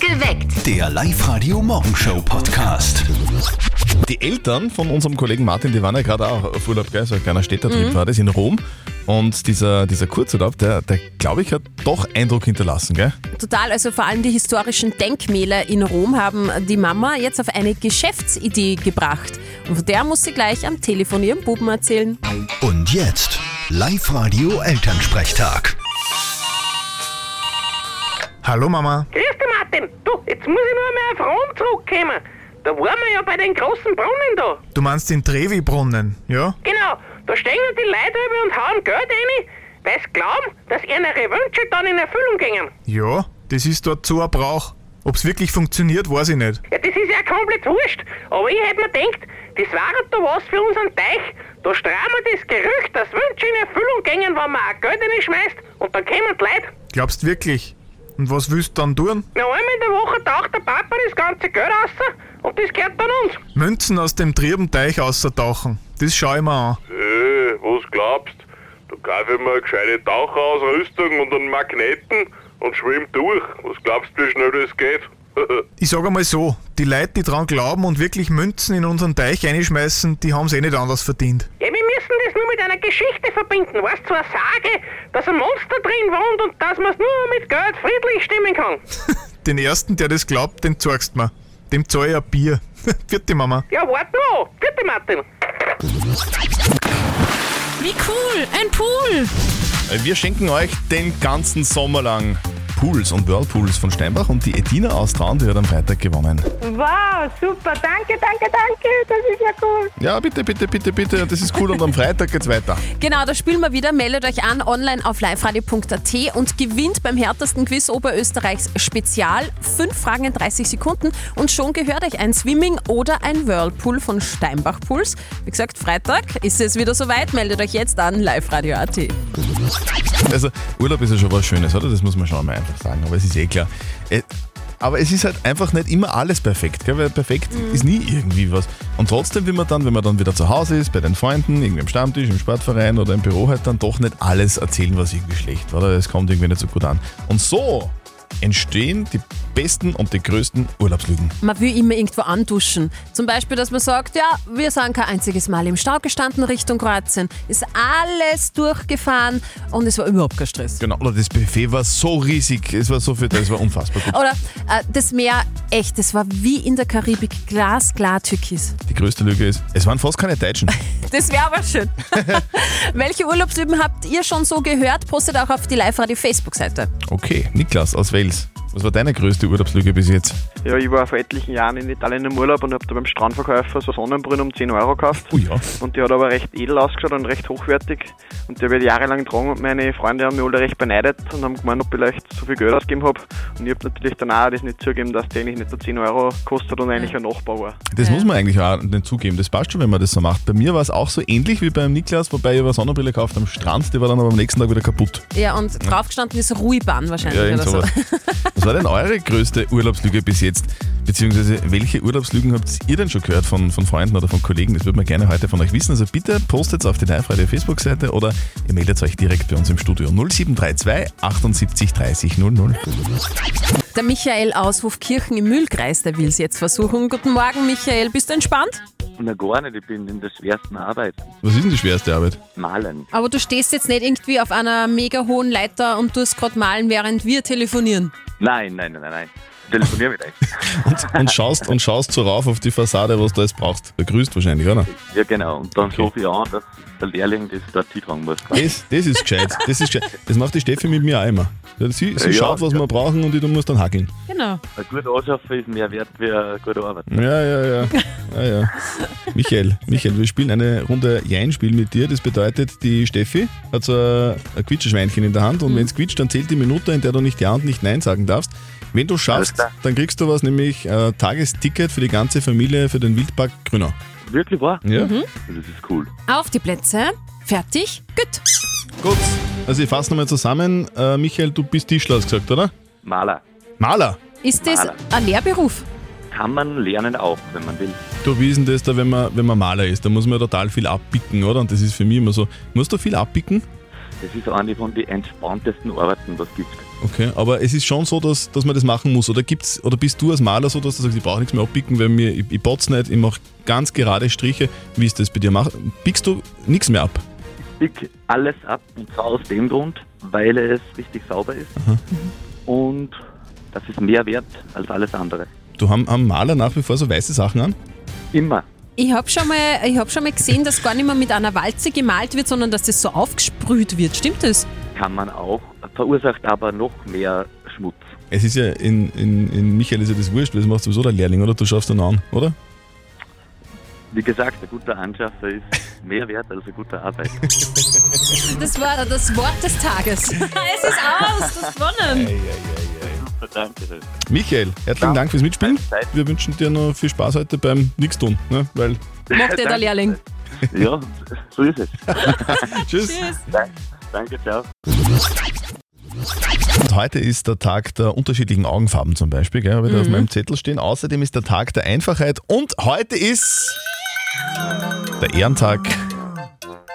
Geweckt. Der Live-Radio-Morgenshow-Podcast. Die Eltern von unserem Kollegen Martin, die waren ja gerade auch auf Urlaub, gell? so ein kleiner Städtertrip war das in Rom. Und dieser, dieser Kurzurlaub, der, der glaube ich, hat doch Eindruck hinterlassen, gell? Total, also vor allem die historischen Denkmäler in Rom haben die Mama jetzt auf eine Geschäftsidee gebracht. Und von der muss sie gleich am Telefon ihrem Buben erzählen. Und jetzt Live-Radio-Elternsprechtag. Hallo Mama. Grüß dich, Martin. Du, jetzt muss ich nur mal auf Rom zurückkommen. Da waren wir ja bei den großen Brunnen da. Du meinst den Trevi-Brunnen, ja? Genau, da stehen die Leute über und hauen Geld rein, weil sie glauben, dass ihre Wünsche dann in Erfüllung gingen. Ja, das ist dort so ein Brauch. Ob's wirklich funktioniert, weiß ich nicht. Ja, das ist ja komplett wurscht. Aber ich hätte mir gedacht, das war da was für unseren Teich. Da strahlen wir das Gerücht, dass Wünsche in Erfüllung gingen, wenn man auch Geld reinschmeißt und dann kommen die Leute. Glaubst wirklich? Und was willst du dann tun? Na, einmal in der Woche taucht der Papa das ganze Geld raus und das gehört dann uns. Münzen aus dem Triebenteich außertauchen. Das schau ich mir an. Äh, was glaubst? Da kaufe ich mir eine gescheite Taucherausrüstung und einen Magneten und schwimm durch. Was glaubst du, wie schnell das geht? Ich sag einmal so, die Leute, die dran glauben und wirklich Münzen in unseren Teich einschmeißen, die haben's eh nicht anders verdient. Ja, wir müssen das nur mit einer Geschichte verbinden. Weißt du, so eine Sage, dass ein Monster drin wohnt und dass man es nur mit Geld friedlich stimmen kann. Den ersten, der das glaubt, den zeigst mir. Dem zahl ich ein Bier. Vierte Mama. Ja, warte mal. Bitte, Martin. Wie cool, ein Pool! Äh, Wir schenken euch den ganzen Sommer lang Pools und Whirlpools von Steinbach und die Edina aus Traun, die hat am Freitag gewonnen. Wow, super, danke, danke, danke, das ist ja cool. Ja, bitte, bitte, bitte, bitte, das ist cool und am Freitag geht's weiter. Genau, da spielen wir wieder. Meldet euch an online auf liveradio.at und gewinnt beim härtesten Quiz Oberösterreichs Spezial. Fünf Fragen in 30 Sekunden und schon gehört euch ein Swimming oder ein Whirlpool von Steinbach Pools. Wie gesagt, Freitag ist es wieder soweit. Meldet euch jetzt an liveradio.at. Also, Urlaub ist ja schon was Schönes, oder? Das muss man schon mal einfach sagen, aber es ist eh klar. Äh, Aber es ist halt einfach nicht immer alles perfekt, gell? weil perfekt ist nie irgendwie was. Und trotzdem will man dann, wenn man dann wieder zu Hause ist, bei den Freunden, irgendwie am Stammtisch, im Sportverein oder im Büro, halt dann doch nicht alles erzählen, was irgendwie schlecht war. oder? Es kommt irgendwie nicht so gut an. Und so entstehen die besten und die größten Urlaubslügen. Man will immer irgendwo anduschen. Zum Beispiel, dass man sagt, ja, wir sind kein einziges Mal im Stau gestanden Richtung Kroatien. Ist alles durchgefahren und es war überhaupt kein Stress. Genau, oder das Buffet war so riesig, es war so viel, das war unfassbar gut. Oder äh, das Meer, echt, es war wie in der Karibik, glasklar türkis. Die größte Lüge ist, es waren fast keine Deutschen. Das wäre aber schön. Welche Urlaubslügen habt ihr schon so gehört? Postet auch auf die Live-Radio-Facebook-Seite. Okay, Niklas aus Wales, was war deine größte Urlaubslüge bis jetzt? Ja, ich war vor etlichen Jahren in Italien im Urlaub und habe da beim Strandverkäufer so Sonnenbrillen um 10 Euro gekauft. Oh ja. Und die hat aber recht edel ausgeschaut und recht hochwertig. Und die habe ich jahrelang getragen und meine Freunde haben mich alle recht beneidet und haben gemeint, ob ich vielleicht zu viel Geld ausgegeben habe. Und ich habe natürlich danach das nicht zugegeben, dass die eigentlich nicht nur 10 Euro kostet und eigentlich ein Nachbar war. Das muss man eigentlich auch nicht zugeben. Das passt schon, wenn man das so macht. Bei mir war es auch so ähnlich wie beim Niklas, wobei ich eine Sonnenbrille gekauft am Strand, die war dann aber am nächsten Tag wieder kaputt. Ja, und draufgestanden ist Ruiban wahrscheinlich Ja, irgend oder so. sowas. Was war denn eure größte Urlaubslüge bis jetzt? Beziehungsweise welche Urlaubslügen habt ihr denn schon gehört von, von Freunden oder von Kollegen? Das würde man gerne heute von euch wissen. Also bitte postet auf die Live-Radio Facebook-Seite oder ihr meldet euch direkt bei uns im Studio 0732 78 30 00. Der Michael aus Hofkirchen im Mühlkreis, der will es jetzt versuchen. Guten Morgen, Michael, bist du entspannt? Na gar nicht, ich bin in der schwersten Arbeit. Was ist denn die schwerste Arbeit? Malen. Aber du stehst jetzt nicht irgendwie auf einer mega hohen Leiter und tust gerade malen, während wir telefonieren. Nein, nein, nein, nein, nein. Telefonier mit euch. Und, und schaust und schaust so rauf auf die Fassade, was du jetzt brauchst. Du grüßt wahrscheinlich, oder? Ja, genau. Und dann okay. rufe ich an, dass der Lehrling das dort tragen muss. Das, das ist gescheit. Das ist gescheit. Das macht die Steffi mit mir auch immer. Sie, sie Ja, schaut, was ja. wir brauchen und ich, du musst dann hackeln. Genau. Ein guter Anschaffer ist mehr wert wie eine gute Arbeit. Ja, ja, ja. ja, ja. Michael, Michael, wir spielen eine Runde Jein-Spiel mit dir. Das bedeutet, die Steffi hat so ein ein Quitscheschweinchen in der Hand und wenn es quitscht, dann zählt die Minute, in der du nicht Ja und nicht Nein sagen darfst. Wenn du schaffst, Alles klar. dann kriegst du was, nämlich ein Tagesticket für die ganze Familie für den Wildpark Grünau. Wirklich wahr? Ja? Das ist cool. Auf die Plätze. Fertig, gut. Gut, also ich fasse nochmal zusammen. Äh, Michael, du bist Tischler, hast du gesagt, oder? Maler. Maler. Ist das Maler. ein Lehrberuf? Kann man lernen auch, wenn man will. Du, wie ist denn das da, wenn man, wenn man Maler ist? Da muss man ja total viel abpicken, oder? Und das ist für mich immer so. Musst du viel abpicken? Das ist eine von den entspanntesten Arbeiten, was es gibt. Okay, aber es ist schon so, dass, dass man das machen muss. Oder gibt's, oder bist du als Maler so, dass du sagst, ich brauche nichts mehr abbiegen, weil mir, ich, ich bot's nicht, ich mache ganz gerade Striche. Wie ist das bei dir? Mach, biegst du nichts mehr ab? Pick alles ab und zwar aus dem Grund, weil es richtig sauber ist. Und das ist mehr wert als alles andere. Du haben, haben Maler nach wie vor so weiße Sachen an? Immer. Ich habe schon, mal- ich hab schon mal gesehen, dass gar nicht mehr mit einer Walze gemalt wird, sondern dass das so aufgesprüht wird. Stimmt das? Kann man auch, verursacht aber noch mehr Schmutz. Es ist ja in, in, in Michael ist ja das wurscht, weil das machst du sowieso der Lehrling, oder? Du schaffst einen an, oder? Wie gesagt, ein guter Anschaffer ist mehr wert als eine gute Arbeit. Das war das Wort des Tages. es ist aus, das gewonnen. Danke. schön. Michael, herzlichen Dank fürs Mitspielen. Wir wünschen dir noch viel Spaß heute beim Nix-Tun, ne? Weil. Macht ihr der Danke. Lehrling. Ja, so ist es. Tschüss. Tschüss. Danke, ciao. Und heute ist der Tag der unterschiedlichen Augenfarben zum Beispiel, gell, habe ich da Mhm. auf meinem Zettel stehen. Außerdem ist der Tag der Einfachheit und heute ist der Ehrentag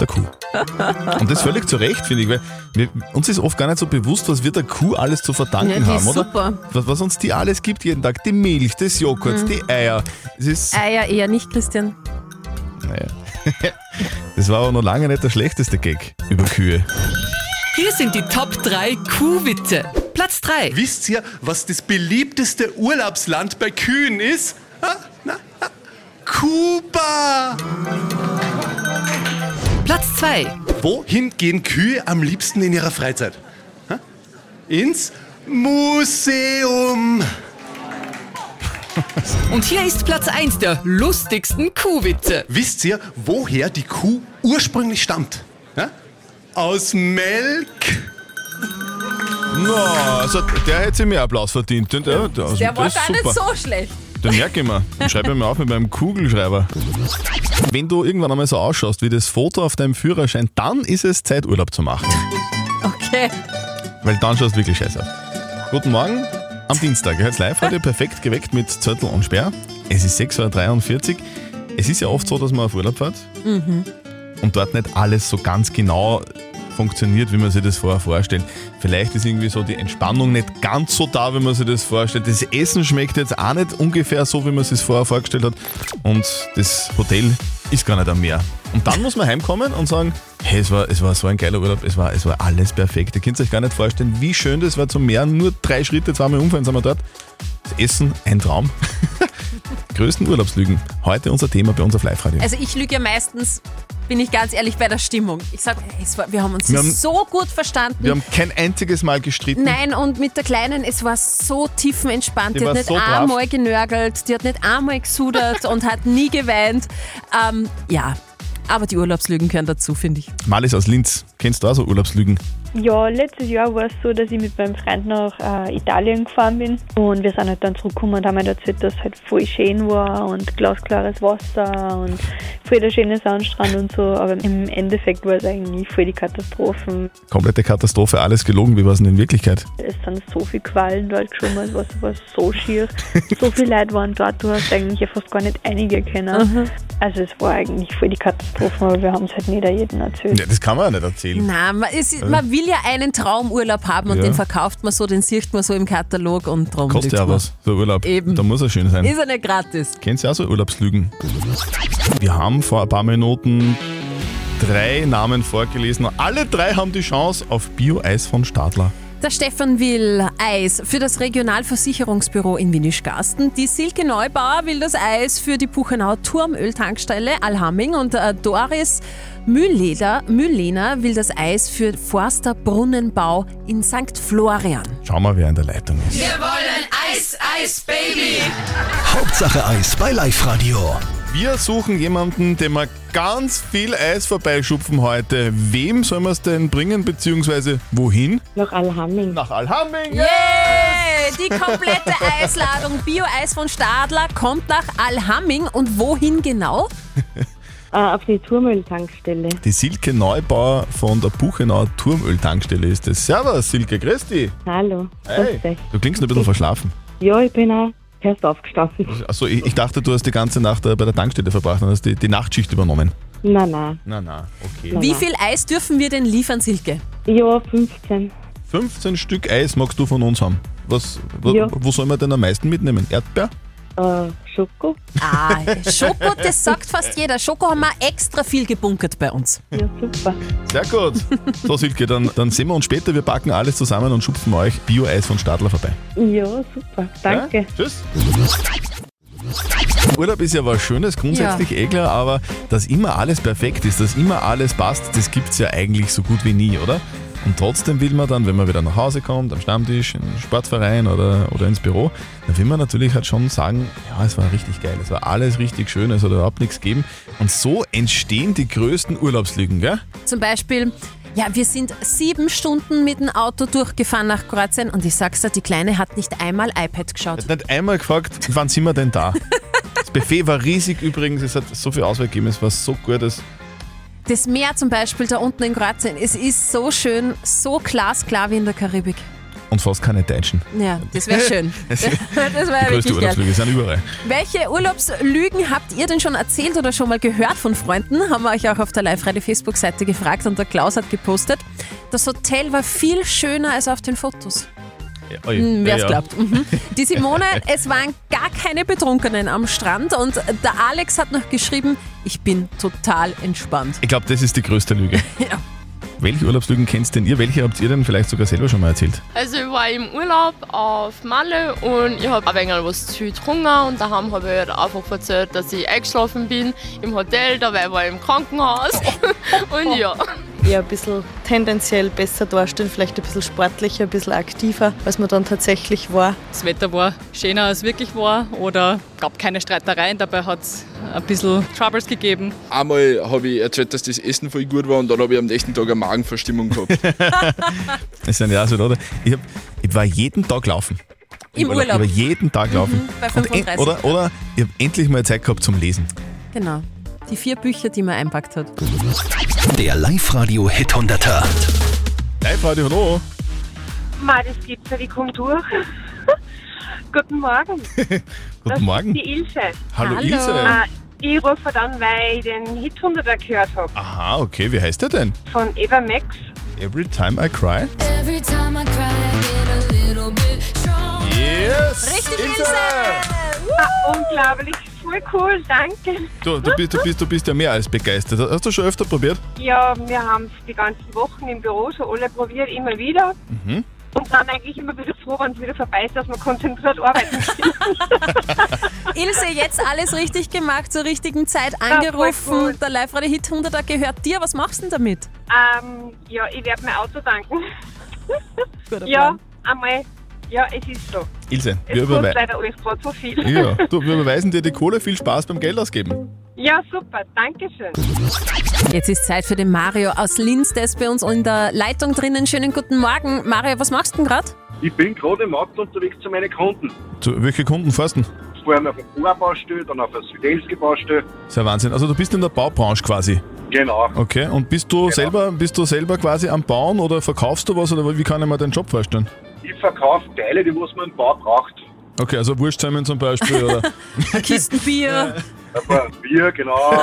der Kuh. Und das völlig zu Recht, finde ich, weil wir, uns ist oft gar nicht so bewusst, was wir der Kuh alles zu verdanken Ja, die ist haben, oder? super. Mhm. Was, was uns die alles gibt jeden Tag. Die Milch, das Joghurt, die Eier. Es ist, Eier Ah, eher nicht, Christian. naja. das war aber noch lange nicht der schlechteste Gag über Kühe. Hier sind die Top 3 Kuhwitze. Platz 3. Wisst ihr, was das beliebteste Urlaubsland bei Kühen ist? Ah, na, ah, Kuba! Platz 2. Wohin gehen Kühe am liebsten in ihrer Freizeit? Hä? Ins Museum! Und hier ist Platz 1 der lustigsten Kuhwitze. Wisst ihr, woher die Kuh ursprünglich stammt? Hä? Aus Melk! No, also der hätte sich mehr Applaus verdient. Und der, der, also Der war das ist gar nicht super. so schlecht. Den merke ich mir. Den schreibe ich mir auf mit meinem Kugelschreiber. Wenn du irgendwann einmal so ausschaust wie das Foto auf deinem Führerschein, dann ist es Zeit, Urlaub zu machen. Okay. Weil dann schaust du wirklich scheiße aus. Guten Morgen am Dienstag. Heute live heute perfekt geweckt mit Zettel und Sperr. Es ist 6.43 Uhr. Es ist ja oft so, dass man auf Urlaub fährt und dort nicht alles so ganz genau funktioniert, wie man sich das vorher vorstellt. Vielleicht ist irgendwie so die Entspannung nicht ganz so da, wie man sich das vorstellt. Das Essen schmeckt jetzt auch nicht ungefähr so, wie man sich das vorher vorgestellt hat. Und das Hotel ist gar nicht am Meer. Und dann muss man heimkommen und sagen, hey, es war, es war so ein geiler Urlaub, es war, es war alles perfekt. Ihr könnt euch gar nicht vorstellen, wie schön das war zum Meer. Nur drei Schritte, zweimal umfallen, sind wir dort. Das Essen, ein Traum. Größten Urlaubslügen. Heute unser Thema bei uns auf Live-Radio. Also ich lüge ja meistens, bin ich ganz ehrlich, bei der Stimmung. Ich sage, wir haben uns Wir haben- so gut verstanden. Wir haben kein einziges Mal gestritten. Nein, und mit der Kleinen, es war so tiefenentspannt. Die Die, hat war nicht so brav. einmal genörgelt, die hat nicht einmal gesudert und hat nie geweint. Ähm, ja, aber die Urlaubslügen gehören dazu, finde ich. Malis aus Linz. Kennst du auch so Urlaubslügen? Ja, letztes Jahr war es so, dass ich mit meinem Freund nach äh, Italien gefahren bin. Und wir sind halt dann zurückgekommen und haben halt erzählt, dass es halt voll schön war und glasklares Wasser und voll der schöne Sandstrand und so. Aber im Endeffekt war es eigentlich voll die Katastrophen. Komplette Katastrophe, alles gelogen. Wie war es denn in Wirklichkeit? Es sind so viele Qualen dort geschoben, das Wasser war so schier. So viele Leute waren dort, du hast eigentlich ja fast gar nicht einige kennen. Also es war eigentlich voll die Katastrophe, aber wir haben es halt nicht jedem erzählt. Ja, das kann man ja nicht erzählen. Na, man, ist, man will ja einen Traumurlaub haben und Also- Ja. den verkauft man so, den sieht man so im Katalog und drum Kostet lügt ja man. was, so Urlaub. Eben. Da muss er schön sein. Ist ja nicht gratis. Kennst du auch so Urlaubslügen? Wir haben vor ein paar Minuten drei Namen vorgelesen. Alle drei haben die Chance auf Bio-Eis von Stadler. Der Stefan will Eis für das Regionalversicherungsbüro in Winischgarsten. Die Silke Neubauer will das Eis für die Puchenau Turmöltankstelle Alhamming und äh, Doris Mühleder, Mühlena will das Eis für Forster Brunnenbau in St. Florian. Schau mal, wer in der Leitung ist. Hauptsache Eis bei Live-Radio. Wir suchen jemanden, dem wir ganz viel Eis vorbeischupfen heute. Wem sollen wir es denn bringen, beziehungsweise wohin? Nach Alhamming. Nach Alhambing. Yay! Die komplette Eisladung Bio-Eis von Stadler kommt nach Alhamming und wohin genau? Ah, auf die Turmöltankstelle. Die Silke Neubauer von der Buchenauer Turmöltankstelle ist es. Servus, Silke, grüß dich. Hallo. Hey. grüß dich. Du klingst ein bisschen verschlafen. Ja, ich bin auch erst aufgestanden. Achso, ich, ich dachte, du hast die ganze Nacht äh, bei der Tankstelle verbracht und hast die, die Nachtschicht übernommen. Nein, nein. Na, na, okay. nein, Wie nein. viel Eis dürfen wir denn liefern, Silke? Ja, 15. 15 Stück Eis magst du von uns haben. Was, wo, Ja. wo soll man denn am meisten mitnehmen? Erdbeer? Äh, Schoko? Ah, Schoko, das sagt fast jeder. Schoko haben wir extra viel gebunkert bei uns. Ja, super. Sehr gut. So, Silke, dann, dann sehen wir uns später. Wir packen alles zusammen und schupfen euch Bio-Eis von Stadler vorbei. Ja, super. Danke. Ja? Tschüss. Urlaub ist ja was Schönes, grundsätzlich eh klar, aber dass immer alles perfekt ist, dass immer alles passt, das gibt es ja eigentlich so gut wie nie, oder? Und trotzdem will man dann, wenn man wieder nach Hause kommt, am Stammtisch, in den Sportverein oder, oder ins Büro, dann will man natürlich halt schon sagen, ja, es war richtig geil, es war alles richtig schön, es hat überhaupt nichts gegeben. Und so entstehen die größten Urlaubslügen, gell? Zum Beispiel, ja, wir sind sieben Stunden mit dem Auto durchgefahren nach Kroatien und ich sag's dir, die Kleine hat nicht einmal iPad geschaut. hat nicht einmal gefragt, wann sind wir denn da? Das Buffet war riesig übrigens, es hat so viel Auswahl gegeben, es war so gut, es Das Meer zum Beispiel da unten in Kroatien, es ist so schön, so glasklar wie in der Karibik. und fast keine Deutschen. Ja, das wäre schön. das wäre Größte wirklich geil. Urlaubslüge, sind überall. Welche Urlaubslügen habt ihr denn schon erzählt oder schon mal gehört von Freunden? Haben wir euch auch auf der Live-Radio-Facebook-Seite gefragt und der Klaus hat gepostet. Das Hotel war viel schöner als auf den Fotos. Ja, Hm, Wer es glaubt. Mhm. Die Simone, es waren gar keine Betrunkenen am Strand und der Alex hat noch geschrieben, ich bin total entspannt. Ich glaube, das ist die größte Lüge. Ja. Welche Urlaubslügen kennst denn ihr? Welche habt ihr denn vielleicht sogar selber schon mal erzählt? Also ich war im Urlaub auf Malle und ich habe ein wenig was zu viel getrunken und daheim habe ich halt einfach erzählt, dass ich eingeschlafen bin im Hotel, dabei war ich im Krankenhaus und ja. eher ein bisschen tendenziell besser darstellen, vielleicht ein bisschen sportlicher, ein bisschen aktiver, als man dann tatsächlich war. Das Wetter war schöner als wirklich war oder gab keine Streitereien, dabei hat es ein bisschen Troubles gegeben. Einmal habe ich erzählt, dass das Essen voll gut war und dann habe ich am nächsten Tag eine Magenverstimmung gehabt. Das sind ja so, oder? Ich, hab, ich war jeden Tag laufen. Im Ich Urlaub. Mhm, war jeden Tag laufen. bei Und en- 35 oder, oder ich habe endlich mal Zeit gehabt zum Lesen. Genau. Die vier Bücher, die man einpackt hat. Der Live-Radio Hit 100er. Live-Radio, hallo. Ma, das gibt's nicht, ich komm durch. Guten Morgen. Das Guten Morgen. Ist die Ilse. Hallo, Hallo. Ilse. Ah, ich rufe dann, weil ich den Hit 100er gehört habe. Aha, okay, wie heißt der denn? Von Eva Max. Every time I cry. Every time I cry, I get a little bit strong. Yes! Richtig, Ah, unglaublich, voll cool, danke. Du, du, bist, du, bist, du bist ja mehr als begeistert. Hast du schon öfter probiert? Ja, wir haben es die ganzen Wochen im Büro schon alle probiert, immer wieder. Mhm. Und sind eigentlich immer wieder froh, wenn es wieder vorbei ist, dass wir konzentriert arbeiten können. Ilse, jetzt alles richtig gemacht, zur richtigen Zeit angerufen. der Live-Radio Hit 100er gehört dir. Was machst du denn damit? ähm, ja, ich werde mein Auto danken. Guter ja, einmal. Ja, es ist so. Ilse, Es wir, kostet überwei leider alles gerade so viel. ja, du, wir überweisen dir die Kohle. Viel Spaß beim Geld ausgeben. Ja, super, danke schön. Jetzt ist Zeit für den Mario aus Linz, der ist bei uns in der Leitung drinnen. Schönen guten Morgen. Mario, was machst du denn gerade? Ich bin gerade im Auto unterwegs zu meinen Kunden. Zu, welche Kunden fährst du? denn? Ich fahre auf eine Urbaustelle, dann auf eine Südelski-Baustelle. Ist ja Wahnsinn. Also du bist in der Baubranche quasi. Genau. Okay, und bist du, selber, bist du selber quasi am Bauen oder verkaufst du was oder wie kann ich mir deinen Job vorstellen? Ich verkaufe Teile, die was man im Bau braucht. Okay, also Wurstzäumen zum Beispiel oder... Kisten Bier. Ein paar Bier, genau.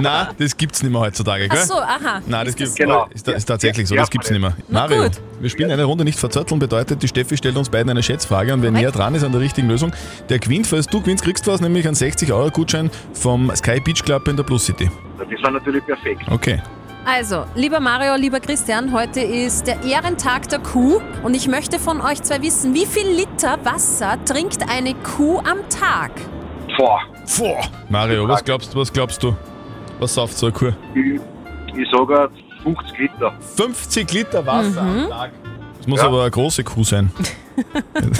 Nein, das gibt's nicht mehr heutzutage, gell? Ach so, aha. Nein, das gibt's, Genau. ist, ist tatsächlich so, Ja, das gibt's nicht mehr. Na Mario, gut. wir spielen eine Runde nicht verzötteln, bedeutet, die Steffi stellt uns beiden eine Schätzfrage und wer näher dran ist an der richtigen Lösung, der gewinnt. Falls du gewinnst, kriegst du was, nämlich einen 60-Euro-Gutschein vom Sky Beach Club in der Plus City. Das ist natürlich perfekt. Okay. Also, lieber Mario, lieber Christian, heute ist der Ehrentag der Kuh und ich möchte von euch zwei wissen, wie viel Liter Wasser trinkt eine Kuh am Tag? Boah. Mario, was glaubst, was glaubst du? Was sauft so eine Kuh? Ich, ich sage 50 Liter. 50 Liter Wasser am Tag. Das muss aber eine große Kuh sein.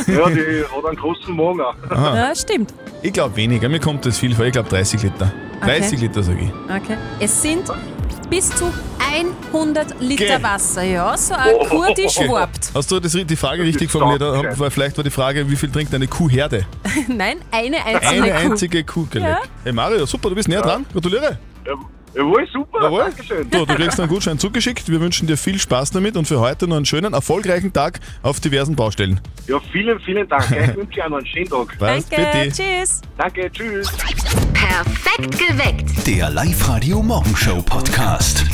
Ja, die hat einen großen Magen. Aha. Ja, stimmt. Ich glaube weniger, mir kommt das viel vor. Ich glaube 30 Liter. 30 Liter sage ich. Okay. Es sind bis zu 100 Liter Geh. Wasser, ja, so eine Kuh, die schwappt. Hast du das, ri- die Frage richtig formuliert? Weil vielleicht war die Frage, wie viel trinkt eine Kuhherde? Nein, eine einzelne Eine Kuh. einzige Kuh gelegt. Ja. Hey Mario, super, du bist näher dran. Gratuliere. Jawohl, super. Jawohl. Dankeschön. Du, du kriegst einen Gutschein zugeschickt. Wir wünschen dir viel Spaß damit und für heute noch einen schönen, erfolgreichen Tag auf diversen Baustellen. Ja, vielen, vielen Dank. Ich wünsche dir auch noch einen schönen Tag. Was, Danke, bitte. tschüss. Danke, tschüss. Perfekt geweckt. Der Live-Radio Morgenshow Podcast.